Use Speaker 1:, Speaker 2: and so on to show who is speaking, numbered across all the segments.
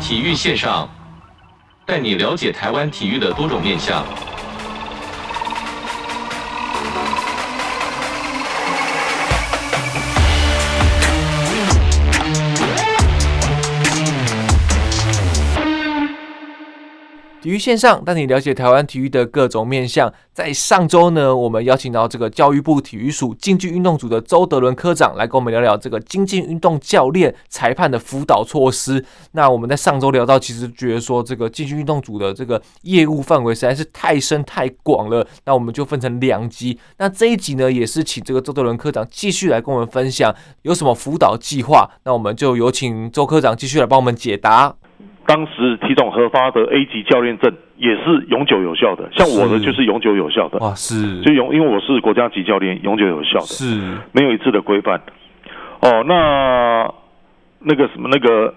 Speaker 1: 体育线上，带你了解台湾体育的多种面向。
Speaker 2: 体育线上带你了解台湾体育的各种面向。在上周呢，我们邀请到这个教育部体育署竞技运动组的周德伦科长来跟我们聊聊这个精进运动教练裁判的辅导措施。那我们在上周聊到，其实觉得说这个竞技运动组的这个业务范围实在是太深太广了，那我们就分成两集。那这一集呢，也是请这个周德伦科长继续来跟我们分享有什么辅导计划。那我们就有请周科长继续来帮我们解答。
Speaker 3: 当时体总核发的 A 级教练证也是永久有效的，像我的
Speaker 2: 是
Speaker 3: 就是永久有效的，
Speaker 2: 哇，是
Speaker 3: 就永因为我是国家级教练，永久有效的，
Speaker 2: 是
Speaker 3: 没有一次的规范。哦，那那个什么那个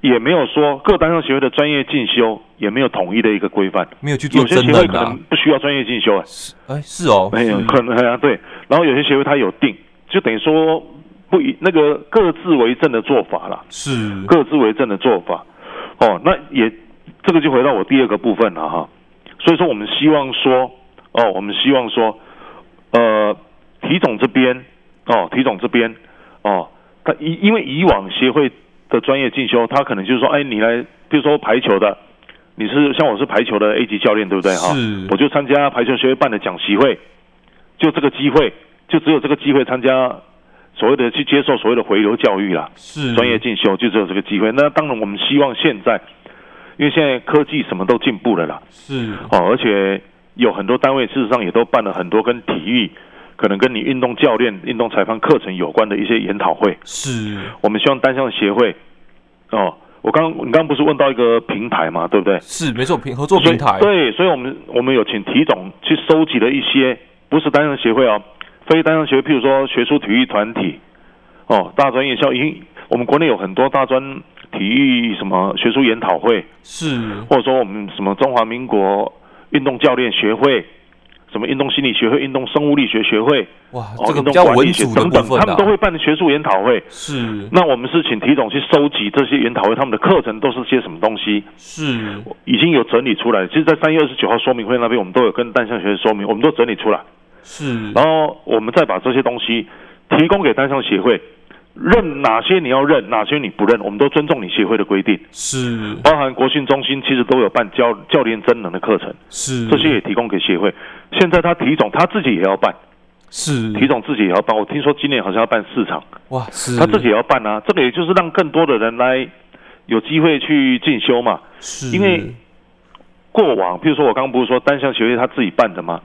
Speaker 3: 也没有说各单项协会的专业进修也没有统一的一个规范，
Speaker 2: 没有去做
Speaker 3: 有些
Speaker 2: 真
Speaker 3: 协会
Speaker 2: 人
Speaker 3: 可
Speaker 2: 啊
Speaker 3: 能。不需要专业进修、哎
Speaker 2: 是哎、是哦，
Speaker 3: 没有
Speaker 2: 是
Speaker 3: 可能啊，对。然后有些协会它有定，就等于说不以那个各自为政的做法啦。
Speaker 2: 是
Speaker 3: 各自为政的做法。哦，那也这个就回到我第二个部分了哈。所以说，我们希望说，哦，我们希望说，呃，体总这边，哦，体总这边，哦，他以因为以往协会的专业进修，他可能就是说，哎，你来，比如说排球的，你是像我是排球的 A 级教练，对不对哈？
Speaker 2: 是
Speaker 3: 我就参加排球协会办的讲习会，就这个机会，就只有这个机会参加所谓的去接受所谓的回流教育啦。
Speaker 2: 是
Speaker 3: 专业进修就只有这个机会。那当然，我们希望现在，因为现在科技什么都进步了啦，
Speaker 2: 是
Speaker 3: 哦，而且有很多单位事实上也都办了很多跟体育，可能跟你运动教练、运动裁判课程有关的一些研讨会。
Speaker 2: 嗯是
Speaker 3: 我们希望单项协会，哦，我刚你刚刚不是问到一个平台嘛，对不对？
Speaker 2: 是没错，平合作平台
Speaker 3: 所以对，所以我们我们有请体总去收集了一些，不是单项协会哦，非单项协会，譬如说学术体育团体，哦，大专院校，因为我们国内有很多大专体育什么学术研讨会，
Speaker 2: 是
Speaker 3: 或者说我们什么中华民国运动教练学会。什么运动心理学会、运动生物力学学会，
Speaker 2: 哇，啊
Speaker 3: 哦，
Speaker 2: 这个
Speaker 3: 运
Speaker 2: 比
Speaker 3: 动
Speaker 2: 较
Speaker 3: 管
Speaker 2: 文
Speaker 3: 理学
Speaker 2: 组的
Speaker 3: 等
Speaker 2: 部
Speaker 3: 等，
Speaker 2: 分
Speaker 3: 他们都
Speaker 2: 啊，
Speaker 3: 会办学术研讨会。
Speaker 2: 是
Speaker 3: 那我们是请体总去收集这些研讨会，他们的课程都是些什么东西？
Speaker 2: 是
Speaker 3: 已经有整理出来。其实，在三月二十九号说明会那边，我们都有跟单项协会说明，我们都整理出来，
Speaker 2: 是
Speaker 3: 然后我们再把这些东西提供给单项协会，认哪些你要认，哪些你不认，我们都尊重你协会的规定。
Speaker 2: 是
Speaker 3: 包含国训中心其实都有办教教练真人的课程，
Speaker 2: 是
Speaker 3: 这些也提供给协会。现在他体总他自己也要办，
Speaker 2: 是
Speaker 3: 体总自己也要办。我听说今年好像要办四场，
Speaker 2: 哇是
Speaker 3: 他自己也要办啊。这个也就是让更多的人来有机会去进修嘛。
Speaker 2: 是
Speaker 3: 因为过往，譬如说我刚刚不是说单项协会他自己办的吗？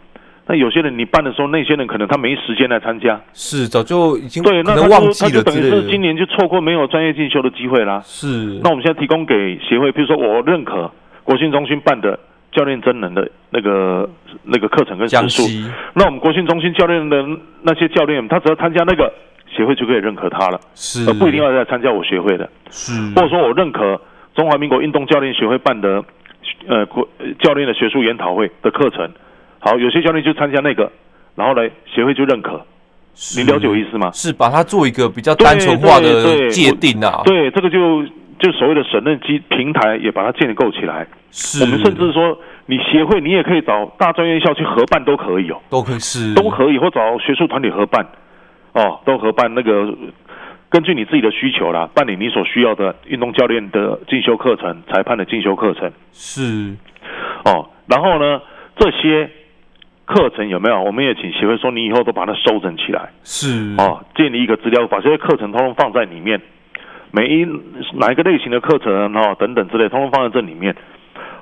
Speaker 3: 那有些人你办的时候，那些人可能他没时间来参加，
Speaker 2: 是早就已经
Speaker 3: 对，
Speaker 2: 可
Speaker 3: 那
Speaker 2: 能
Speaker 3: 他
Speaker 2: 忘
Speaker 3: 就
Speaker 2: 记
Speaker 3: 他就
Speaker 2: 了
Speaker 3: 等
Speaker 2: 之
Speaker 3: 于
Speaker 2: 类
Speaker 3: 是今
Speaker 2: 的，
Speaker 3: 年就错过没有专业进修的机会啦。
Speaker 2: 是
Speaker 3: 那我们现在提供给协会，譬如说我认可国训中心办的教练真人的那个那个课程跟
Speaker 2: 江
Speaker 3: 时数，
Speaker 2: 西
Speaker 3: 那我们国训中心教练的那些教练，他只要参加那个协会就可以认可他了，
Speaker 2: 是
Speaker 3: 而不一定要再参加我协会的。
Speaker 2: 是
Speaker 3: 或者说我认可中华民国运动教练协会办的呃国呃教练的学术研讨会的课程。好，有些教练就参加那个，然后呢，协会就认可。
Speaker 2: 是
Speaker 3: 你了解我意思吗？
Speaker 2: 是把它做一个比较
Speaker 3: 对
Speaker 2: 单纯化
Speaker 3: 对
Speaker 2: 的
Speaker 3: 对
Speaker 2: 界
Speaker 3: 我
Speaker 2: 定啊，
Speaker 3: 对，这个就就所谓的审认机平台也把它建构起来。
Speaker 2: 是
Speaker 3: 我们甚至说，你协会你也可以找大专院校去合办都可以哦，
Speaker 2: 都可以是
Speaker 3: 都可以，或找学术团体合办，哦，都合办那个。根据你自己的需求啦，办理你所需要的运动教练的进修课程、裁判的进修课程。
Speaker 2: 是
Speaker 3: 哦，然后呢，这些课程有没有？我们也请协会说，你以后都把它收整起来
Speaker 2: 是
Speaker 3: 哦，建立一个资料库，把这些课程通通放在里面，每一哪一个类型的课程哦等等之类，通通放在这里面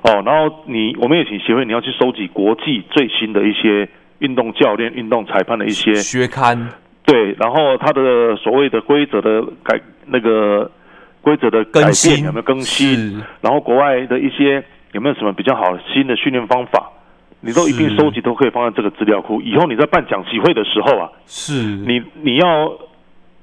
Speaker 3: 哦。然后你，我们也请协会，你要去收集国际最新的一些运动教练、运动裁判的一些
Speaker 2: 学刊
Speaker 3: 对，然后它的所谓的规则的改那个规则的改
Speaker 2: 更
Speaker 3: 变
Speaker 2: 新
Speaker 3: 有没有更新？
Speaker 2: 是
Speaker 3: 然后国外的一些有没有什么比较好的新的训练方法，你都一并
Speaker 2: 是
Speaker 3: 收集，都可以放在这个资料库。以后你在办讲习会的时候啊，
Speaker 2: 是
Speaker 3: 你你要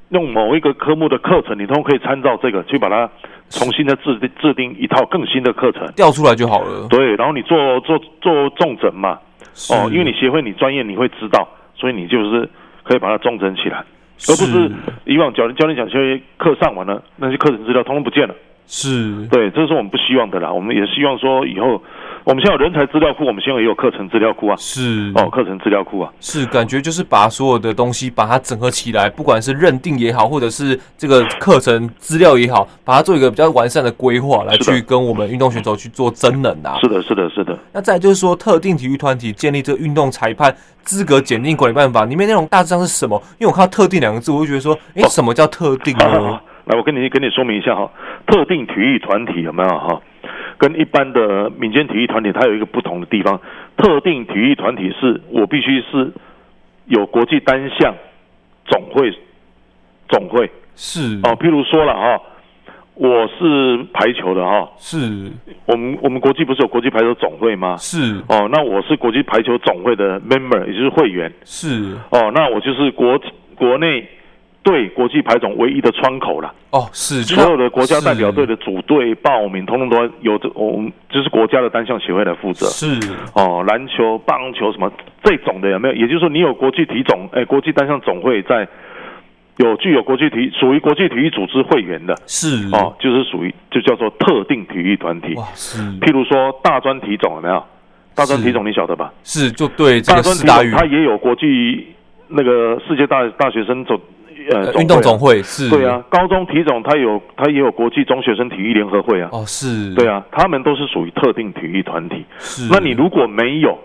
Speaker 3: 用某一个科目的课程，你都可以参照这个去把它重新的制定制定一套更新的课程。
Speaker 2: 调出来就好了。
Speaker 3: 对，然后你做做做重整嘛，哦，
Speaker 2: 是
Speaker 3: 因为你协会你专业你会知道，所以你就是可以把它重整起来，而不是以往教教练讲些课上完了，那些课程资料通通不见了。
Speaker 2: 是，
Speaker 3: 对，这是我们不希望的啦。我们也希望说以后，我们现在有人才资料库，我们现在也有课程资料库啊。
Speaker 2: 是，
Speaker 3: 哦，课程资料库啊，
Speaker 2: 是，感觉就是把所有的东西把它整合起来，不管是认定也好，或者是这个课程资料也好，把它做一个比较完善的规划，来
Speaker 3: 是的
Speaker 2: 去跟我们运动选手去做增能啊。
Speaker 3: 是的，是的，是的，
Speaker 2: 那再来就是说，特定体育团体建立这个运动裁判资格检定管理办法里面内容大致上是什么？因为我看到“特定”两个字，我就觉得说，
Speaker 3: 哦
Speaker 2: 诶，什么叫特定
Speaker 3: 好好
Speaker 2: 呢
Speaker 3: 好？来，我跟你跟你说明一下哈，特定体育团体有没有哈？跟一般的民间体育团体，它有一个不同的地方。特定体育团体是我必须是有国际单项总会总会
Speaker 2: 是
Speaker 3: 哦，譬如说了哈，我是排球的哈，
Speaker 2: 是
Speaker 3: 我们我们国际不是有国际排球总会吗？
Speaker 2: 是
Speaker 3: 哦，那我是国际排球总会的 member，也就是会员。
Speaker 2: 是
Speaker 3: 哦，那我就是国国内对国际排总唯一的窗口啦。
Speaker 2: 哦，是
Speaker 3: 所有的国家代表队
Speaker 2: 的
Speaker 3: 的组队报名，通通都要由这我们就是国家的单项协会来负责。
Speaker 2: 是
Speaker 3: 哦，篮球、棒球什么这种的有没有？也就是说，你有国际体总，哎，国际单项总会在有具有国际体属于国际体育组织会员的
Speaker 2: 是
Speaker 3: 哦，就是属于就叫做特定体育团体。
Speaker 2: 哇是
Speaker 3: 譬如说大专体总有没有？大专体总你晓得吧？
Speaker 2: 是就对这
Speaker 3: 大
Speaker 2: 个
Speaker 3: 专
Speaker 2: 四
Speaker 3: 体
Speaker 2: 大
Speaker 3: 总
Speaker 2: 运
Speaker 3: 它也有国际那个世界大大学生总呃
Speaker 2: 呃运动总
Speaker 3: 会
Speaker 2: 会是
Speaker 3: 啊对啊，高中体总它有它也有国际中学生体育联合会啊，
Speaker 2: 哦是
Speaker 3: 对啊，他们都是属于特定体育团体。
Speaker 2: 是
Speaker 3: 那你如果没有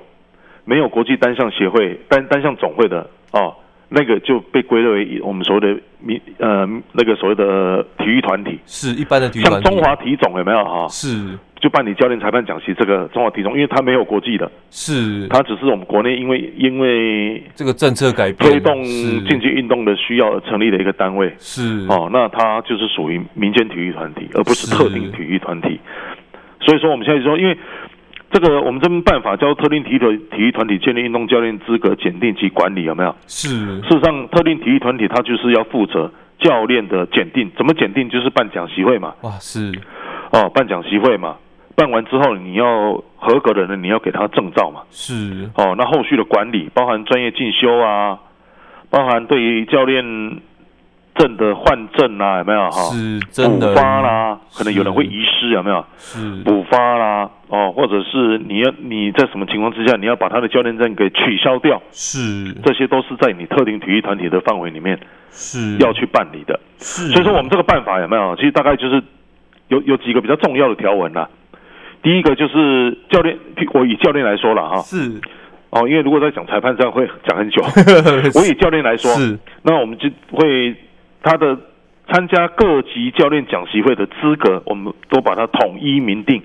Speaker 3: 没有国际单项协会单单项总会的哦，那个就被归类为我们所谓的民呃那个所谓的体育团体。
Speaker 2: 是一般的体育
Speaker 3: 像
Speaker 2: 团体
Speaker 3: 中华体总有没有哈、
Speaker 2: 是
Speaker 3: 就办理教练裁判讲习这个中华体总，因为它没有国际的，
Speaker 2: 是
Speaker 3: 它只是我们国内因为因为
Speaker 2: 这个政策改变
Speaker 3: 推动
Speaker 2: 嗯是
Speaker 3: 竞技运动的需要而成立的一个单位。
Speaker 2: 是
Speaker 3: 哦，那它就是属于民间体育团体，而不是
Speaker 2: 是
Speaker 3: 特定体育团体。所以说，我们现在就说，因为这个我们这边办法叫特定体育团体育团体建立运动教练资格检定及管理，有没有？
Speaker 2: 是
Speaker 3: 事实上，特定体育团体它就是要负责教练的检定，怎么检定？就是办讲习会嘛，
Speaker 2: 哇是
Speaker 3: 哦，办讲习会嘛，办完之后你要合格的人，你要给他证照嘛。
Speaker 2: 是
Speaker 3: 哦，那后续的管理包含专业进修啊，包含对于教练证的换证啊，有没有哈？
Speaker 2: 是真的
Speaker 3: 补发啦，可能有人会
Speaker 2: 是
Speaker 3: 遗失，有没有？
Speaker 2: 是
Speaker 3: 补发啦，哦，或者是你要你在什么情况之下，你要把他的教练证给取消掉，
Speaker 2: 是
Speaker 3: 这些都是在你特定体育团体的范围里面
Speaker 2: 是
Speaker 3: 要去办理的。
Speaker 2: 是
Speaker 3: 所以说，我们这个办法有没有？其实大概就是有有几个比较重要的条文啦、第一个就是教练，我以教练来说了哈，
Speaker 2: 是
Speaker 3: 哦，因为如果在讲裁判这样会讲很久。我以
Speaker 2: 是
Speaker 3: 教练来说，
Speaker 2: 是
Speaker 3: 那我们就会他的参加各级教练讲习会的资格，我们都把它统一明定。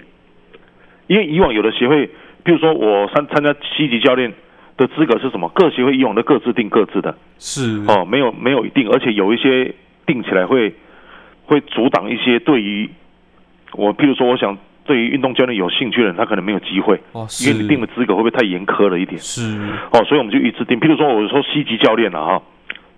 Speaker 3: 因为以往有的协会，比如说我参参加七级教练的资格是什么？各协会以往都各自定各自的
Speaker 2: 是
Speaker 3: 哦，没有没有一定，而且有一些定起来会会阻挡一些对于我，譬如说我想对于运动教练有兴趣的人，他可能没有机会，
Speaker 2: 哇哦是
Speaker 3: 因为你定的资格会不会太严苛了一点？
Speaker 2: 是
Speaker 3: 哦，所以我们就一致定。譬如说，我说西级教练了、哈，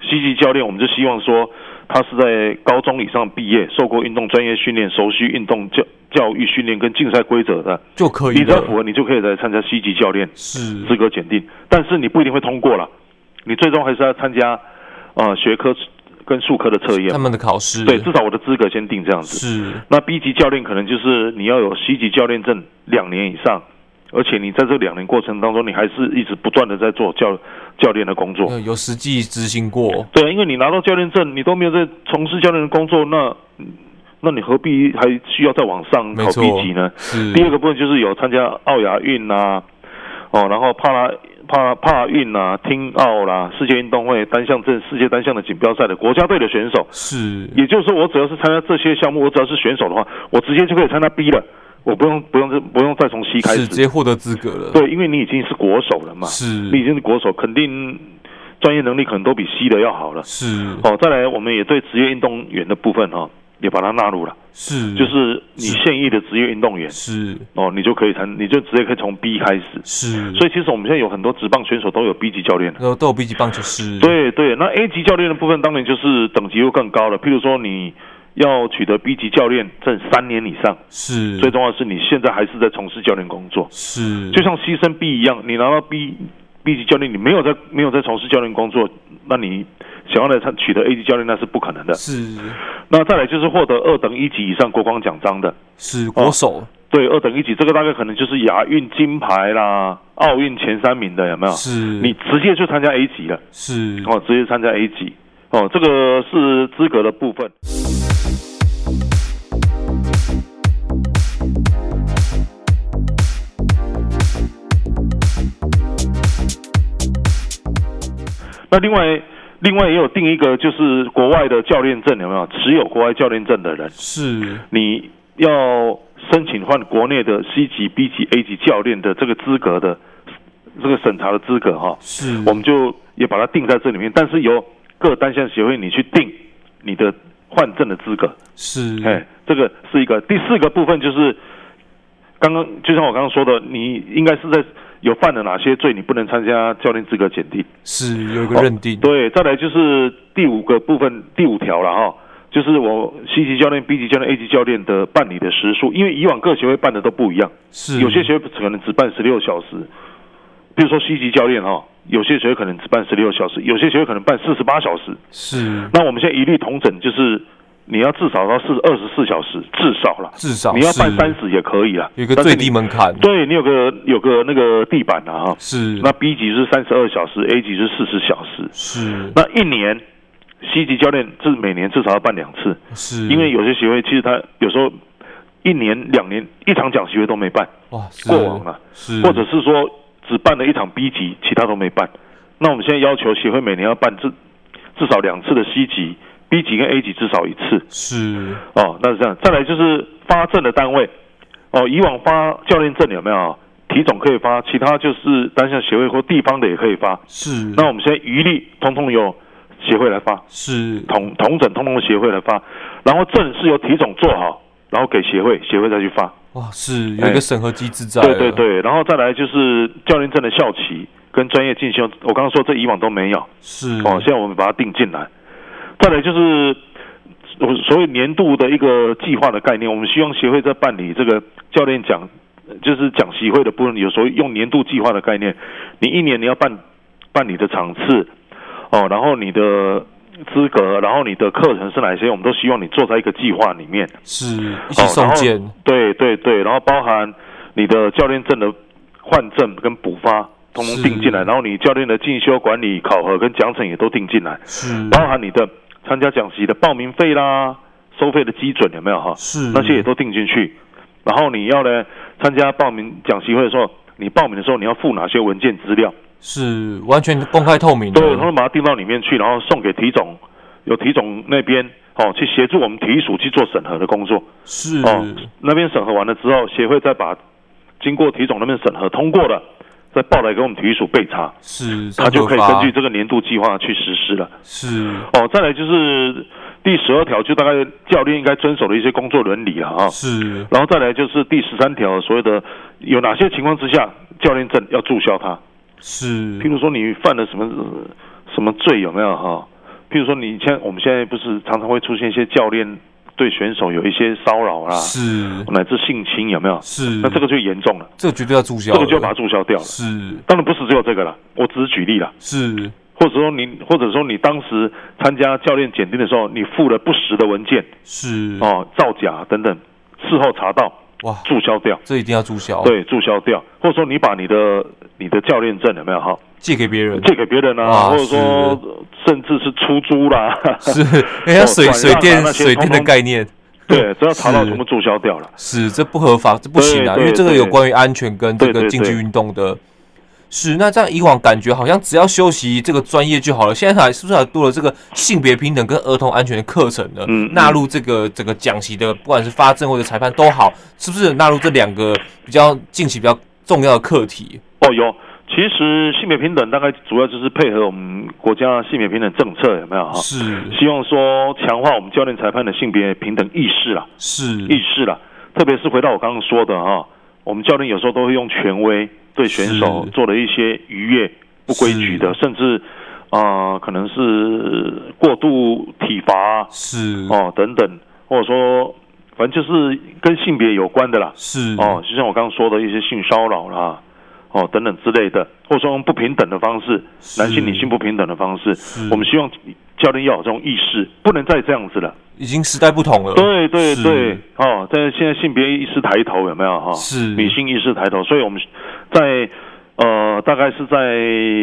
Speaker 3: 西级教练我们就希望说他是在高中以上毕业，受过运动专业训练，熟悉运动教教育训练跟竞赛规则的，
Speaker 2: 就可以
Speaker 3: 你只要
Speaker 2: 了
Speaker 3: 符合，你就可以来参加西级教练
Speaker 2: 是
Speaker 3: 资格检定。但是你不一定会通过了，你最终还是要参加呃学科跟术科的测验
Speaker 2: 他。们的考试
Speaker 3: 对，至少我的资格先定这样子。
Speaker 2: 是
Speaker 3: 那 B 级教练可能就是你要有 C 级教练证两年以上，而且你在这两年过程当中，你还是一直不断的在做教教练的工作。
Speaker 2: 呃有实际执行过
Speaker 3: 对，啊因为你拿到教练证，你都没有在从事教练的工作，那那你何必还需要再往上
Speaker 2: 没
Speaker 3: 考
Speaker 2: 错
Speaker 3: B 级呢？
Speaker 2: 是
Speaker 3: 第二个部分就是有参加奥亚运啊，哦，然后帕拉帕帕运啊、听奥啦、世界运动会单项证、世界单项的锦标赛的国家队的选手，
Speaker 2: 是
Speaker 3: 也就是说，我只要是参加这些项目，我只要是选手的话，我直接就可以参加 B 了，我不用不用不用再从 C 开
Speaker 2: 是直
Speaker 3: 始。
Speaker 2: 接获得资格了
Speaker 3: 对，因为你已经是国手了嘛，
Speaker 2: 是
Speaker 3: 你已经是国手，肯定专业能力可能都比 C 的要好了。
Speaker 2: 是
Speaker 3: 哦，再来，我们也对职业运动员的部分哈、哦，也把它纳入了，
Speaker 2: 嗯是
Speaker 3: 就是你现役的职业运动员
Speaker 2: 是
Speaker 3: 哦，你就可以参，你就直接可以从 B 开始。
Speaker 2: 是，
Speaker 3: 所以其实我们现在有很多职棒选手都有 B 级教练了。
Speaker 2: 然后都有 B 级棒球是
Speaker 3: 对对，那 A 级教练的部分当然就是等级又更高了。譬如说，你要取得 B 级教练证三年以上，
Speaker 2: 是
Speaker 3: 最重要的是你现在还是在从事教练工作，
Speaker 2: 是
Speaker 3: 就像牺牲 B 一样，你拿到 B B 级教练，你没有在没有在从事教练工作，那你想要来参取得 A 级教练那是不可能的。
Speaker 2: 是
Speaker 3: 那再来就是获得二等一级以上国光奖章的，
Speaker 2: 是国手，
Speaker 3: 对，二等一级这个大概可能就是亚运金牌啦、奥运前三名的有没有？
Speaker 2: 是
Speaker 3: 啊你直接就参加 A 级了，
Speaker 2: 是
Speaker 3: 哦，直接参加 A 级，哦，这个是资格的部分。那另外，另外也有定一个，就是国外的教练证有没有？持有国外教练证的人，
Speaker 2: 是
Speaker 3: 你要申请换国内的 C 级、B 级、A 级教练的这个资格的这个审查的资格哈，
Speaker 2: 是，
Speaker 3: 我们就也把它定在这里面，但是由各单项协会你去定你的换证的资格，
Speaker 2: 是
Speaker 3: 哎，这个是一个第四个部分就是刚刚就像我刚刚说的，你应该是在有犯了哪些罪，你不能参加教练资格检定。
Speaker 2: 是有一个认定，
Speaker 3: 哦对，再来就是第五个部分，第五条了哈，就是我 C 级教练、B 级教练、A 级教练的办理的时数，因为以往各协会办的都不一样，
Speaker 2: 是
Speaker 3: 有些协会可能只办十六小时，比如说 C 级教练哈，有些协会可能只办十六小时，有些协会可能办四十八小时。
Speaker 2: 是
Speaker 3: 那我们现在一律同整，就是你要至少要四二十四小时，至少了，
Speaker 2: 至少
Speaker 3: 你要办
Speaker 2: 是
Speaker 3: 三十也可以啦，
Speaker 2: 有一个
Speaker 3: 但是
Speaker 2: 最
Speaker 3: 你
Speaker 2: 低门槛，
Speaker 3: 对你有个有个那个地板了哈。
Speaker 2: 是
Speaker 3: 那 B 级是三十二小时，A 级是四十小时。
Speaker 2: 是
Speaker 3: 那一年，C 级教练是每年至少要办两次，
Speaker 2: 是，
Speaker 3: 因为有些协会其实他有时候一年、两年一场讲习会都没办，
Speaker 2: 哇是
Speaker 3: 过往了，
Speaker 2: 是
Speaker 3: 或者是说只办了一场 B 级，其他都没办。那我们现在要求协会每年要办至至少两次的 C 级、B 级跟 A 级至少一次
Speaker 2: 是
Speaker 3: 哦，那是这样。再来就是发证的单位哦，以往发教练证有没有？体总可以发，其他就是单项协会或地方的也可以发。
Speaker 2: 是
Speaker 3: 那我们现在余力通通由协会来发。
Speaker 2: 是
Speaker 3: 统统整通通协会来发，然后证是由体总做好，然后给协会，协会再去发。
Speaker 2: 哇是有一
Speaker 3: 哎
Speaker 2: 个审核机制在了，
Speaker 3: 对对对，然后再来就是教练证的校旗跟专业进修，我刚刚说这以往都没有
Speaker 2: 是
Speaker 3: 哦，现在我们把它定进来。再来就是我所谓年度的一个计划的概念，我们希望协会在办理这个教练奖，就是讲习会的部分，有时候用年度计划的概念，你一年你要办办理的场次哦，然后你的资格，然后你的课程是哪些，我们都希望你做在一个计划里面。
Speaker 2: 是一
Speaker 3: 哦
Speaker 2: 起，送
Speaker 3: 然后
Speaker 2: 件
Speaker 3: 对对对，然后包含你的教练证的换证跟补发，通通
Speaker 2: 是
Speaker 3: 定进来，然后你教练的进修管理考核跟奖惩也都定进来，
Speaker 2: 是
Speaker 3: 包含你的参加讲习的报名费啦、收费的基准有没有哈？
Speaker 2: 是
Speaker 3: 那些也都定进去。然后你要呢参加报名讲习会的时候，你报名的时候你要附哪些文件资料？
Speaker 2: 是完全公开透明的，
Speaker 3: 对，他们把它订到里面去，然后送给体总，有体总那边哦去协助我们体育署去做审核的工作。
Speaker 2: 是
Speaker 3: 哦，那边审核完了之后，协会再把经过体总那边审核通过了，再报来给我们体育署备查，
Speaker 2: 是
Speaker 3: 他就可以
Speaker 2: 合
Speaker 3: 根
Speaker 2: 法
Speaker 3: 据这个年度计划去实施了。
Speaker 2: 是
Speaker 3: 哦，再来就是第十二条，就大概教练应该遵守的一些工作伦理了哈、
Speaker 2: 是
Speaker 3: 然后再来就是第十三条，所谓的有哪些情况之下教练证要注销它？
Speaker 2: 嗯是
Speaker 3: 譬如说你犯了什么什么罪有没有哈、譬如说你现在我们现在不是常常会出现一些教练对选手有一些骚扰啦，
Speaker 2: 是
Speaker 3: 乃至性侵有没有？
Speaker 2: 是，
Speaker 3: 啊那这个就严重了，
Speaker 2: 这个绝对要注销
Speaker 3: 这
Speaker 2: 了，
Speaker 3: 个就要把它注销掉了。
Speaker 2: 是
Speaker 3: 当然不是只有这个了，我只是举例了。
Speaker 2: 是
Speaker 3: 或者说你，或者说你当时参加教练检定的时候，你附了不实的文件
Speaker 2: 是
Speaker 3: 哦，造假等等，事后查到
Speaker 2: 嗯哇，
Speaker 3: 注销掉，
Speaker 2: 这一定要注销，，
Speaker 3: 对，注销掉。或者说你把你的你的教练证有没有哈，
Speaker 2: 借给别人
Speaker 3: 借给别人啊，
Speaker 2: 嗯哇
Speaker 3: 或者说甚至是出租啦，
Speaker 2: 是，人家
Speaker 3: 哦
Speaker 2: 水
Speaker 3: 转让啊
Speaker 2: 水电
Speaker 3: 那些
Speaker 2: 水电的
Speaker 3: 通通
Speaker 2: 概念。
Speaker 3: 对，只要查到
Speaker 2: 是
Speaker 3: 全部注销掉了。
Speaker 2: 是，这不合法，这不行啊，因
Speaker 3: 对
Speaker 2: 为这个
Speaker 3: 对
Speaker 2: 有关于安全跟这
Speaker 3: 对
Speaker 2: 个
Speaker 3: 对
Speaker 2: 竞技
Speaker 3: 对
Speaker 2: 运动的。是，那这样以往感觉好像只要休息这个专业就好了，现在还是不是还多了这个性别平等跟儿童安全的课程呢？
Speaker 3: 嗯嗯
Speaker 2: 纳入这个整个讲习的，不管是发证或者裁判都好，是不是纳入这两个比较近期比较重要的课题？
Speaker 3: 哦，有。其实性别平等大概主要就是配合我们国家性别平等政策有没有哈？
Speaker 2: 是
Speaker 3: 希望说强化我们教练裁判的性别平等意识啦，意
Speaker 2: 是
Speaker 3: 识啦，特别是回到我刚刚说的哈，我们教练有时候都会用权威对选手
Speaker 2: 是
Speaker 3: 做了一些逾越不规矩的，甚至啊、呃可能是过度体罚啊
Speaker 2: 是
Speaker 3: 哦等等，或者说反正就是跟性别有关的啦，
Speaker 2: 是
Speaker 3: 哦，就像我刚刚说的一些性骚扰啦。哦，等等之类的，或者说用不平等的方式，
Speaker 2: 是
Speaker 3: 男性女性不平等的方式，我们希望教练要有这种意识，不能再这样子了。
Speaker 4: 已经时代不同了。
Speaker 3: 对对
Speaker 4: 呃是
Speaker 3: 对，哦，但是现在性别意识抬头有没有哈？
Speaker 4: 是
Speaker 3: 女性意识抬头，所以我们在呃，大概是在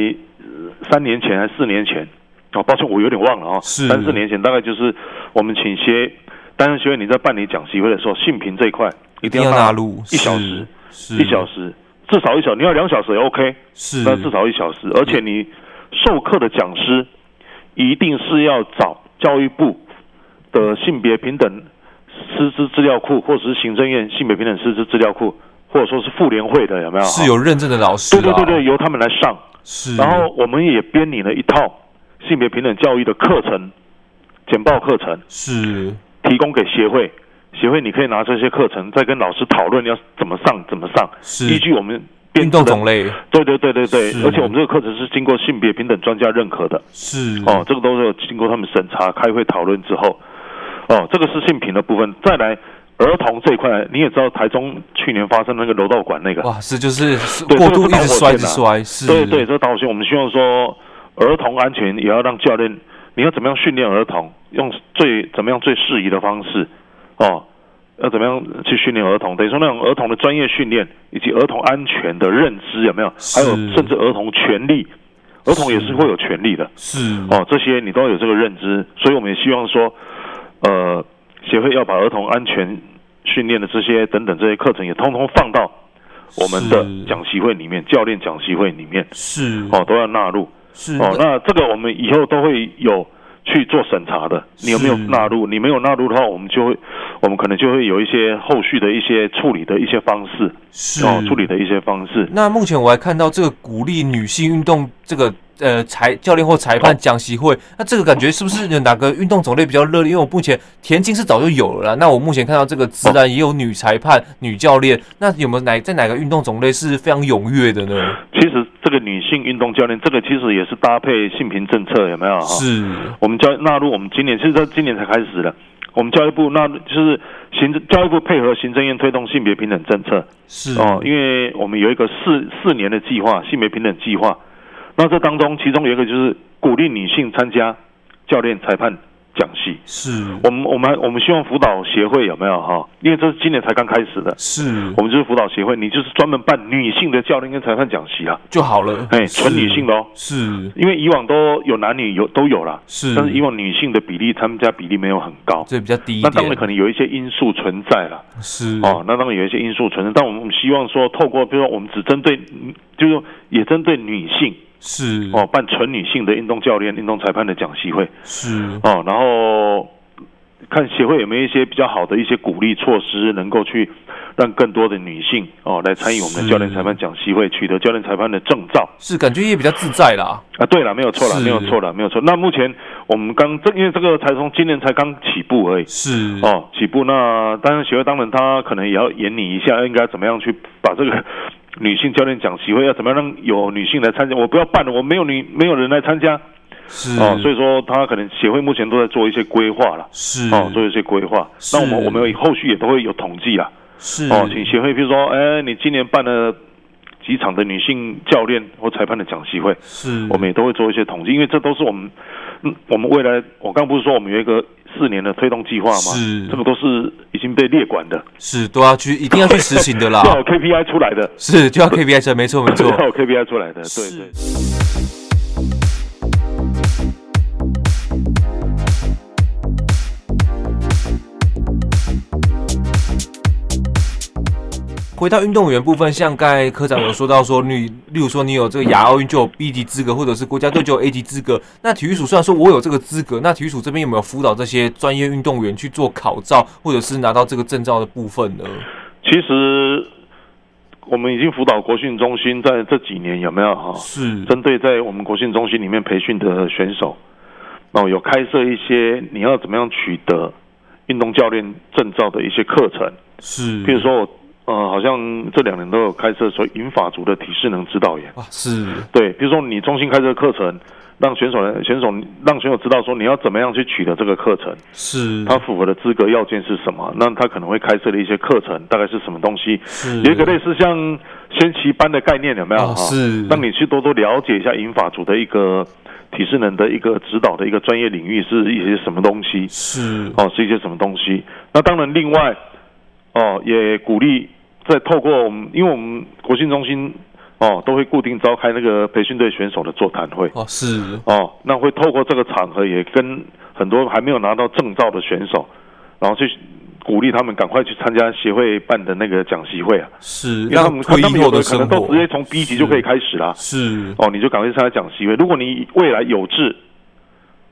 Speaker 3: 呃三年前还是四年前，哦，抱歉，我有点忘了啊、哦，
Speaker 4: 是
Speaker 3: 三四年前，大概就是我们请些单身学院你在办理讲习会的时候，性平这一块
Speaker 4: 一
Speaker 3: 一
Speaker 4: 定
Speaker 3: 定
Speaker 4: 要
Speaker 3: 要
Speaker 4: 纳入
Speaker 3: 一小时，，
Speaker 4: 是
Speaker 3: 一小时，至少一小时，你要两小时也 OK，
Speaker 4: 是，
Speaker 3: 但至少一小时，而且你授课的讲师一定是要找教育部的性别平等师资资料库，或者是行政院性别平等师资资料库，或者说是妇联会的，有没有？
Speaker 4: 是有认证的老师
Speaker 3: 对
Speaker 4: 啊，
Speaker 3: 对对对，由他们来上。
Speaker 4: 是，
Speaker 3: 然后我们也编拟了一套性别平等教育的课程简报课程，
Speaker 4: 是
Speaker 3: 提供给协会。协会你可以拿这些课程再跟老师讨论要怎么上怎么上，依
Speaker 4: 是
Speaker 3: 据我们编
Speaker 4: 运动
Speaker 3: 制的
Speaker 4: 种类
Speaker 3: 对对对对对
Speaker 4: 是，
Speaker 3: 而且我们这个课程是经过性别平等专家认可的
Speaker 4: 是
Speaker 3: 哦，这个都是有经过他们审查、开会讨论之后，哦，这个是性平的部分。再来儿童这一块，你也知道台中去年发生那个柔道馆那个，
Speaker 4: 哇，是就是是
Speaker 3: 对
Speaker 4: 过
Speaker 3: 这个
Speaker 4: 度
Speaker 3: 不
Speaker 4: 一
Speaker 3: 导
Speaker 4: 直
Speaker 3: 火
Speaker 4: 摔，一
Speaker 3: 线
Speaker 4: 直
Speaker 3: 啊
Speaker 4: 摔，是，
Speaker 3: 对对，这个导线，我们希望说儿童安全也要让教练，你要怎么样训练儿童，用最怎么样最适宜的方式哦。要怎么样去训练儿童？等于说那种儿童的专业训练，以及儿童安全的认知有没有？还有
Speaker 4: 是
Speaker 3: 甚至儿童权利，儿童也是会有权利的。
Speaker 4: 是
Speaker 3: 哦，这些你都要有这个认知，所以我们也希望说，呃，协会要把儿童安全训练的这些等等这些课程也通通放到我们
Speaker 4: 是
Speaker 3: 的讲习会里面，教练讲习会里面，
Speaker 4: 是
Speaker 3: 哦，都要纳入。
Speaker 4: 嗯是
Speaker 3: 哦，
Speaker 4: 那
Speaker 3: 那这个我们以后都会有去做审查的，你有没有
Speaker 4: 是
Speaker 3: 纳入？你没有纳入的话，我们就会，我们可能就会有一些后续的一些处理的一些方式，
Speaker 4: 是
Speaker 3: 哦，处理的一些方式。
Speaker 2: 那目前我还看到这个鼓励女性运动这个呃裁教练或裁判讲习会，那这个感觉是不是有哪个运动种类比较热烈？因为我目前田径是早就有了啦，那我目前看到这个自然也有女裁判、女教练，那有没有哪在哪个运动种类是非常踊跃的呢？
Speaker 3: 其实这个女性运动教练，这个其实也是搭配性平政策，有没有？哈。
Speaker 4: 是
Speaker 3: 我们教纳入我们今年，其实在今年才开始的。我们教育部纳入就是行政教育部配合行政院推动性别平等政策
Speaker 4: 是
Speaker 3: 哦，因为我们有一个四四年的计划，性别平等计划。那这当中，其中有一个就是鼓励女性参加教练、裁判讲习。
Speaker 4: 是
Speaker 3: 我们我们还我们希望辅导协会有没有哈、因为这是今年才刚开始的，
Speaker 4: 是
Speaker 3: 我们就是辅导协会，你就是专门办女性的教练跟裁判讲习啊，
Speaker 4: 就好了，
Speaker 3: 哎，纯女性的哦，
Speaker 4: 是
Speaker 3: 因为以往都有男女有都有啦，
Speaker 4: 是，
Speaker 3: 但是以往女性的比例参加比例没有很高，
Speaker 2: 这比较低一
Speaker 3: 那当然
Speaker 2: 点，
Speaker 3: 可能有一些因素存在了
Speaker 4: 是
Speaker 3: 哦，那当然有一些因素存在，但我们我们希望说，透过比如说我们只针对，嗯就是说也针对女性
Speaker 4: 是
Speaker 3: 哦，办纯女性的运动教练、运动裁判的讲习会
Speaker 4: 是
Speaker 3: 哦，然后看协会有没有一些比较好的一些鼓励措施，能够去让更多的女性哦来参与我们
Speaker 4: 是
Speaker 3: 的教练裁判讲习会，取得教练裁判的证照。
Speaker 2: 是感觉也比较自在啦。
Speaker 3: 啊，对了，没有错了，
Speaker 4: 是
Speaker 3: 没有错了，没有错。那目前我们刚这，因为这个才从今年才刚起步而已
Speaker 4: 是
Speaker 3: 哦，起步。那当然，协会当然他可能也要研拟一下，应该怎么样去把这个 女性教练讲习会要怎么样让有女性来参加。我不要办了，我没有女没有人来参加
Speaker 4: 是
Speaker 3: 哦，所以说他可能协会目前都在做一些规划了。
Speaker 4: 是
Speaker 3: 哦，做一些规划。
Speaker 4: 是
Speaker 3: 那我们我们后续也都会有统计啦。
Speaker 4: 是
Speaker 3: 哦，请协会，比如说，哎，你今年办了几场的女性教练或裁判的讲习会，
Speaker 4: 是
Speaker 3: 我们也都会做一些统计，因为这都是我们，嗯，我们未来，我刚不是说我们有一个四年的推动计划吗？
Speaker 4: 是
Speaker 3: 这个都是已经被列管的，
Speaker 2: 是都要去，一定要去实行的啦。
Speaker 3: 要有 KPI 出来的，
Speaker 2: 是就要 KPI 车，没啊错没错。
Speaker 3: 要有 KPI 出来的，对对。
Speaker 2: 回到运动员部分，像刚才科长有说到说，你例如说你有这个亚奥运就有 B 级资格，或者是国家队就有 A 级资格。那体育署虽然说我有这个资格，那体育署这边有没有辅导这些专业运动员去做考照，或者是拿到这个证照的部分呢？
Speaker 3: 其实我们已经辅导国训中心在这几年有没有哈、
Speaker 4: 是
Speaker 3: 针对在我们国训中心里面培训的选手，哦，有开设一些你要怎么样取得运动教练证照的一些课程。
Speaker 4: 是，
Speaker 3: 譬如说我，呃，好像这两年都有开设说银法族的体适能指导员，
Speaker 4: 哇是
Speaker 3: 对，比如说你中心开这个课程，让选手来选手让选手知道说你要怎么样去取得这个课程，
Speaker 4: 是
Speaker 3: 他符合的资格要件是什么，那他可能会开设的一些课程大概是什么东西，
Speaker 4: 是
Speaker 3: 有一个类似像先骑班的概念有没有？啊哈
Speaker 4: 哦是
Speaker 3: 让你去多多了解一下银法族的一个体适能的一个指导的一个专业领域是一些什么东西？
Speaker 4: 是
Speaker 3: 哦，是一些什么东西？那当然，另外哦，也鼓励再透过我们，因为我们国训中心哦都会固定召开那个培训队选手的座谈会
Speaker 4: 哦是
Speaker 3: 哦，那会透过这个场合，也跟很多还没有拿到证照的选手，然后去鼓励他们赶快去参加协会办的那个讲习会啊，
Speaker 4: 是，
Speaker 3: 因为他们
Speaker 4: 让
Speaker 3: 他
Speaker 4: 退
Speaker 3: 们
Speaker 4: 役
Speaker 3: 有
Speaker 4: 后
Speaker 3: 的
Speaker 4: 的
Speaker 3: 可
Speaker 4: 生
Speaker 3: 能
Speaker 4: 活
Speaker 3: 都直接从 B 级就可以开始啦。
Speaker 4: 是
Speaker 3: 哦，你就赶快去参加讲习会。如果你未来有志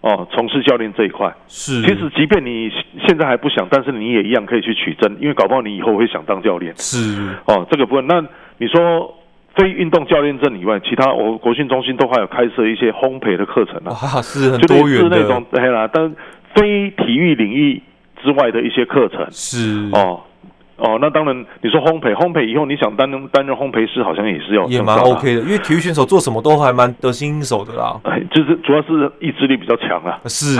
Speaker 3: 哦从事教练这一块。
Speaker 4: 是，
Speaker 3: 其实，即便你现在还不想，但是你也一样可以去取证，因为搞不好你以后会想当教练
Speaker 4: 是
Speaker 3: 哦。这个部分，那你说非运动教练证以外，其他我国训中心都还有开设一些烘焙的课程啊，
Speaker 4: 哇是很
Speaker 3: 就类
Speaker 4: 哦多
Speaker 3: 似
Speaker 4: 元
Speaker 3: 那
Speaker 4: 的
Speaker 3: 种，哎啦，但非体育领域之外的一些课程
Speaker 4: 是
Speaker 3: 哦。哦，那当然，你说烘焙，烘焙以后你想担任担任烘焙师，好像也是要
Speaker 4: 也蛮
Speaker 3: 证照的啊
Speaker 4: OK 的，因为体育选手做什么都还蛮得心应手的啦，
Speaker 3: 哎，就是主要是意志力比较强啊啦。
Speaker 4: 是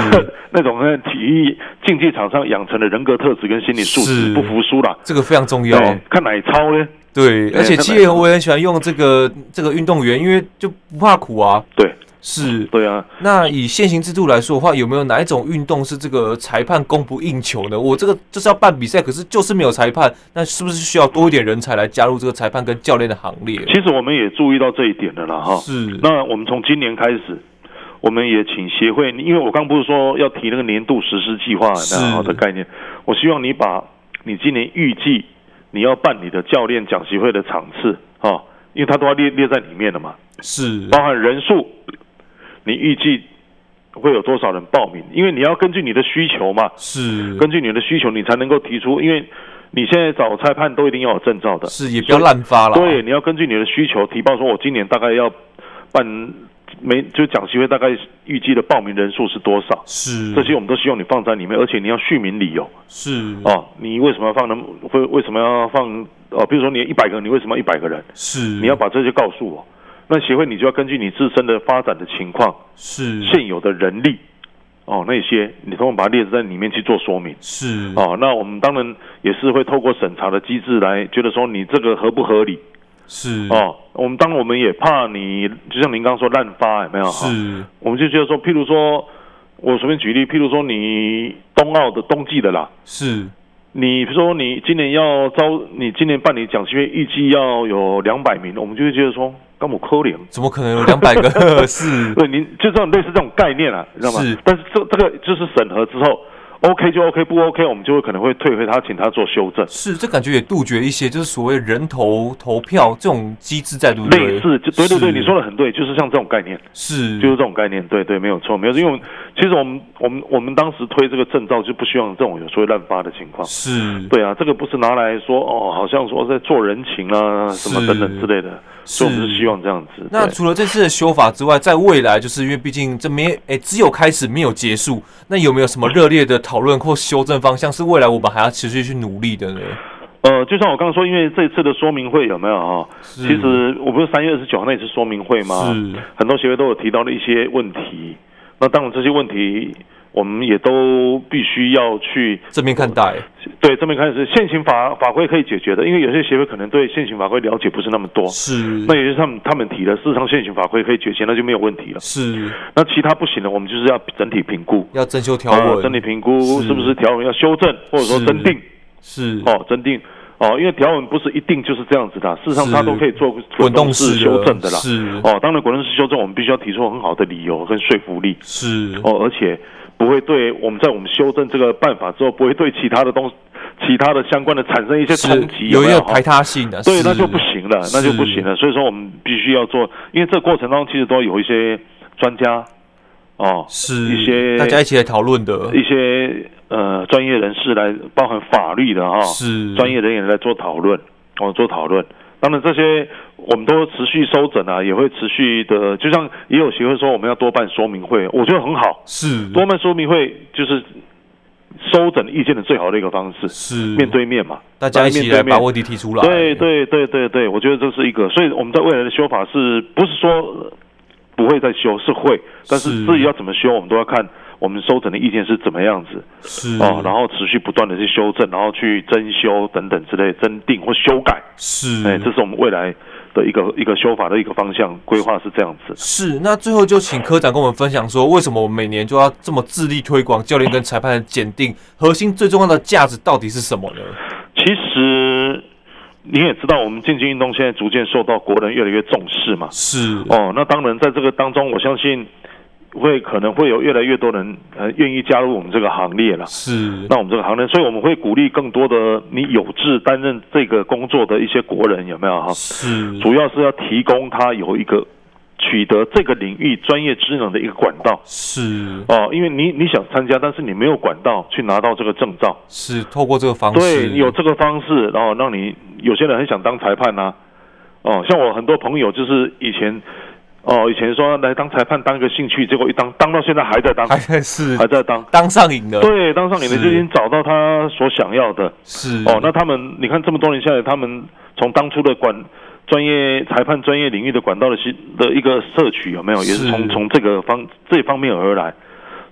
Speaker 3: 那种在体育竞技场上养成的人格特质跟心理素质
Speaker 4: 是
Speaker 3: 不服输啦。
Speaker 4: 这个非常重要。
Speaker 3: 对，看奶超呢？
Speaker 4: 对，
Speaker 3: 对
Speaker 4: 而且
Speaker 3: 他们
Speaker 4: 七爷我也很喜欢用这个这个运动员，因为就不怕苦啊。
Speaker 3: 对
Speaker 4: 是，
Speaker 3: 对啊，
Speaker 4: 那以现行制度来说的话，有没有哪一种运动是这个裁判供不应求呢？我这个就是要办比赛，可是就是没有裁判，那是不是需要多一点人才来加入这个裁判跟教练的行列？
Speaker 3: 其实我们也注意到这一点的了啦哈。
Speaker 4: 是，
Speaker 3: 那我们从今年开始，我们也请协会，因为我刚不是说要提那个年度实施计划
Speaker 4: 是
Speaker 3: 然后的概念，我希望你把你今年预计你要办你的教练讲习会的场次啊、哦，因为它都要列列在里面了嘛，
Speaker 4: 是
Speaker 3: 包含人数，你预计会有多少人报名？因为你要根据你的需求嘛，
Speaker 4: 是
Speaker 3: 根据你的需求，你才能够提出，因为你现在找裁判都一定要有证照的，
Speaker 4: 是，也不要滥发了。
Speaker 3: 对，，你要根据你的需求提报说，我今年大概要办没就讲习会，大概预计的报名人数是多少？
Speaker 4: 是
Speaker 3: 这些我们都希望你放在里面，而且你要续名理由
Speaker 4: 是
Speaker 3: 哦。你为什么要放那么？会为什么要放？哦，比如说你一百个人，你为什么一百个人？
Speaker 4: 是，
Speaker 3: 你要把这些告诉我。那协会你就要根据你自身的发展的情况、
Speaker 4: 是
Speaker 3: 现有的人力哦那些，你通通把它列在里面去做说明。
Speaker 4: 是
Speaker 3: 哦，那我们当然也是会透过审查的机制来觉得说你这个合不合理，
Speaker 4: 是
Speaker 3: 哦，我们当然我们也怕你，就像您刚刚说滥发有没有？哈，
Speaker 4: 是
Speaker 3: 我们就觉得说，譬如说，我随便举例，譬如说你冬奥的冬季的啦，
Speaker 4: 是
Speaker 3: 你比如说你今年要招，你今年办理讲习会预计要有两百名，我们就会觉得说，干我扣零。
Speaker 4: 怎么可能有两百个？ 是
Speaker 3: 对，您就这种类似这种概念啊，你知道吗
Speaker 4: 是？
Speaker 3: 但是这这个就是审核之后，OK 就 OK，不 OK 我们就会可能会退回他，请他做修正。
Speaker 4: 是，这感觉也杜绝一些就是所谓人头投票这种机制在，对不对？
Speaker 3: 类似就对对对，
Speaker 4: 是
Speaker 3: 你说的很对，就是像这种概念。
Speaker 4: 是
Speaker 3: 就是这种概念，对对，没有错，没有错，因为我们其实我们我们我们当时推这个证照就不希望这种有所谓滥发的情况。
Speaker 4: 是
Speaker 3: 对啊，这个不是拿来说哦，好像说在做人情啊什么
Speaker 4: 是
Speaker 3: 等等之类的，所以我们是希望这样子。
Speaker 4: 那
Speaker 3: 对
Speaker 4: 除了这次的修法之外，在未来，就是因为毕竟这没诶、只有开始没有结束，那有没有什么热烈的讨论或修正方向是未来我们还要持续去努力的呢？
Speaker 3: 呃，就像我刚刚说，因为这次的说明会有没有啊？
Speaker 4: 是
Speaker 3: 其实我不是三月二十九号那次说明会吗？
Speaker 4: 是
Speaker 3: 很多协会都有提到的一些问题。那当然，这些问题我们也都必须要去
Speaker 4: 正面看待，
Speaker 3: 对，这么一开始现行法法规可以解决的，因为有些协会可能对现行法规了解不是那么多。
Speaker 4: 是
Speaker 3: 哦那也就是他们他们提的，事实上现行法规可以解决，那就没有问题了。
Speaker 4: 是
Speaker 3: 那其他不行的，我们就是要整体评估，
Speaker 4: 要征修条
Speaker 3: 啊，
Speaker 4: 文，
Speaker 3: 整体评估
Speaker 4: 是
Speaker 3: 是不是条文要修正，或者说
Speaker 4: 是
Speaker 3: 增订
Speaker 4: 是
Speaker 3: 哦，增订哦，因为条文不是一定就是这样子的，事实上
Speaker 4: 是
Speaker 3: 它都可以做
Speaker 4: 滚动
Speaker 3: 式
Speaker 4: 式
Speaker 3: 修正的啦。
Speaker 4: 嗯是
Speaker 3: 哦，当然滚动式修正，我们必须要提出很好的理由跟说服力。
Speaker 4: 是
Speaker 3: 哦，而且不会对我们在我们修正这个办法之后，不会对其他的东西、其他的相关的产生一些冲
Speaker 4: 是
Speaker 3: 击，
Speaker 4: 有一
Speaker 3: 没有
Speaker 4: 个
Speaker 3: 哈
Speaker 4: 排他性的，
Speaker 3: 对，
Speaker 4: 是
Speaker 3: 那就不行了，那就不行了。所以说，我们必须要做，因为这过程当中其实都有一些专家哦，
Speaker 4: 是
Speaker 3: 一些
Speaker 4: 大家一起来讨论的，
Speaker 3: 一些呃专业人士来，包含法律的哈、哦
Speaker 4: 是
Speaker 3: 专业人员来做讨论，哦，做讨论。当然，这些我们都持续收整啊，也会持续的。就像也有协会说，我们要多办说明会，我觉得很好。
Speaker 4: 是
Speaker 3: 多面说明会就是收整意见的最好的一个方式，
Speaker 4: 是
Speaker 3: 面对面嘛，
Speaker 4: 大家一起来把问
Speaker 3: 面
Speaker 4: 题提出来，
Speaker 3: 对面。对对对对对，我觉得这是一个，所以我们在未来的修法是不是说不会再修，是会，但是
Speaker 4: 是
Speaker 3: 至于要怎么修，我们都要看我们收整的意见是怎么样子
Speaker 4: 是
Speaker 3: 哦，然后持续不断的去修正，然后去增修等等之类，增订或修改，哎
Speaker 4: 是
Speaker 3: 哎，这是我们未来的一个一个修法的一个方向规划是这样子。
Speaker 4: 是，那最后就请科长跟我们分享说，为什么我们每年就要这么致力推广教练跟裁判的检定，核心最重要的价值到底是什么呢？
Speaker 3: 其实你也知道，我们竞技运动现在逐渐受到国人越来越重视嘛。
Speaker 4: 是，
Speaker 3: 哦，那当然，在这个当中，我相信会可能会有越来越多人呃愿意加入我们这个行列了。
Speaker 4: 是，
Speaker 3: 那我们这个行列，所以我们会鼓励更多的你有志担任这个工作的一些国人，有没有哈？
Speaker 4: 是，
Speaker 3: 主要是要提供他有一个取得这个领域专业职能的一个管道
Speaker 4: 是，
Speaker 3: 哦，因为你你想参加，但是你没有管道去拿到这个证照，
Speaker 4: 是，透过这个方式，
Speaker 3: 对，有这个方式，然后让你有些人很想当裁判呐、哦，像我很多朋友就是以前哦，以前说来当裁判当一个兴趣，结果一当当到现在还在当，
Speaker 4: 还在是
Speaker 3: 还在当，
Speaker 4: 当上瘾了，
Speaker 3: 对，当上你的
Speaker 4: 是
Speaker 3: 就已经找到他所想要的。
Speaker 4: 是，
Speaker 3: 哦，那他们你看这么多年下来，他们从当初的管专业裁判专业领域的管道的吸的一个摄取有没有，也是
Speaker 4: 是
Speaker 3: 从从这个方这方面而来。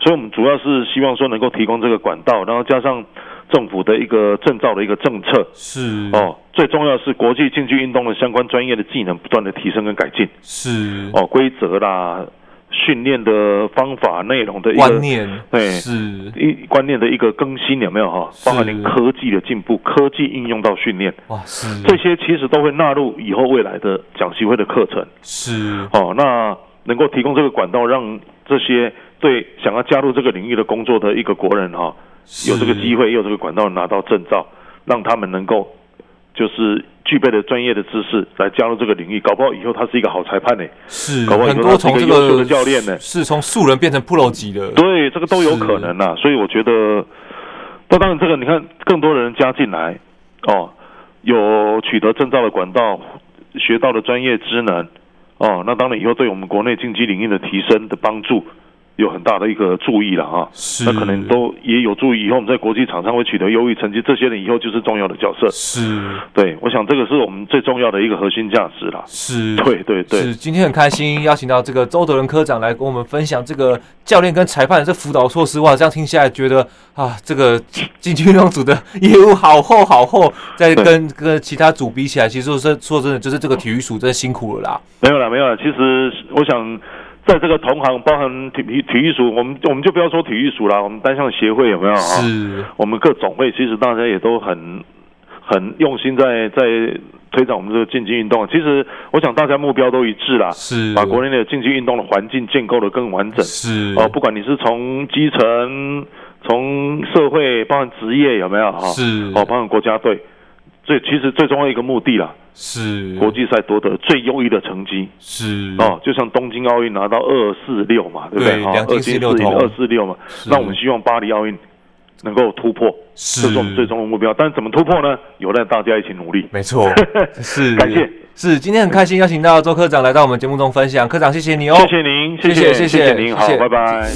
Speaker 3: 所以我们主要是希望说能够提供这个管道，然后加上政府的一个证照的一个政策。
Speaker 4: 是，
Speaker 3: 哦，最重要的是国际竞技运动的相关专业的技能不断的提升跟改进。
Speaker 4: 是，
Speaker 3: 哦，规则啦，训练的方法、内容的一个
Speaker 4: 观念，
Speaker 3: 对
Speaker 4: 是，
Speaker 3: 一观念的一个更新有没有哈？包含连科技的进步、科技应用到训练，
Speaker 4: 哇，是，
Speaker 3: 这些其实都会纳入以后未来的讲习会的课程。
Speaker 4: 是，
Speaker 3: 哦，那能够提供这个管道，让这些对想要加入这个领域的工作的一个国人哈、有这个机
Speaker 4: 会，
Speaker 3: 会，也有这个管道拿到证照，让他们能够就是具备的专业的知识来加入这个领域，搞不好以后他是一个好裁判呢、
Speaker 4: 是，
Speaker 3: 搞不好以
Speaker 4: 很
Speaker 3: 后
Speaker 4: 多
Speaker 3: 他是一个
Speaker 4: 从这
Speaker 3: 优秀的教练呢
Speaker 4: 是从素人变成 pro 级的，
Speaker 3: 对，这个都有可能呐、所以我觉得，那当然这个你看，更多人加进来，哦，有取得证照的管道，学到的专业知能，哦，那当然以后对我们国内竞技领域的提升的帮助有很大的一个注意了哈。
Speaker 4: 是，
Speaker 3: 那可能都也有助于以后我们在国际场上会取得优异成绩，这些人以后就是重要的角色。
Speaker 4: 是
Speaker 3: 对，我想这个是我们最重要的一个核心价值啦。
Speaker 4: 是，
Speaker 3: 对对对
Speaker 4: 是，，今天很开心邀请到这个周德伦科长来跟我们分享这个教练跟裁判的这辅导措施。哇，这样听下来觉得啊，这个进军运动组的业务好厚好厚，在
Speaker 3: 对
Speaker 4: 跟跟其他组比起来，其实说真说真的，就是这个体育署真的辛苦了啦。
Speaker 3: 没有啦，没有啦。其实我想，在这个同行，包含体体体育署，我们我们就不要说体育署啦，我们单项协会有没有啊？
Speaker 4: 是
Speaker 3: 我们各总会其实大家也都很很用心在在推展我们这个竞技运动。啊其实我想大家目标都一致啦，
Speaker 4: 是，
Speaker 3: 把国内的竞技运动的环境建构的更完整。
Speaker 4: 是
Speaker 3: 哦，不管你是从基层、从社会，包含职业有没有哈？
Speaker 4: 是
Speaker 3: 哦，包含国家队，最其实最重要一个目的啦，
Speaker 4: 是
Speaker 3: 国际赛夺得最优异的成绩
Speaker 4: 是
Speaker 3: 哦，就像东京奥运拿到二四六嘛，对不
Speaker 4: 嗯对
Speaker 3: 对？哈
Speaker 4: 两金
Speaker 3: 二
Speaker 4: 四
Speaker 3: 金
Speaker 4: 六
Speaker 3: 四银
Speaker 4: 铜
Speaker 3: 二四六嘛，那我们希望巴黎奥运能够突破，
Speaker 4: 是
Speaker 3: 这是我们最终的目标。但是怎么突破呢？有待大家一起努力。
Speaker 4: 没错 是
Speaker 3: 感谢
Speaker 4: 是，今天很开心邀请到周科长来到我们节目中分享，科长谢谢你哦，
Speaker 3: 谢谢您，谢
Speaker 4: 谢谢
Speaker 3: 谢
Speaker 4: 谢谢
Speaker 3: 谢您，好
Speaker 4: 谢，谢
Speaker 3: 拜拜。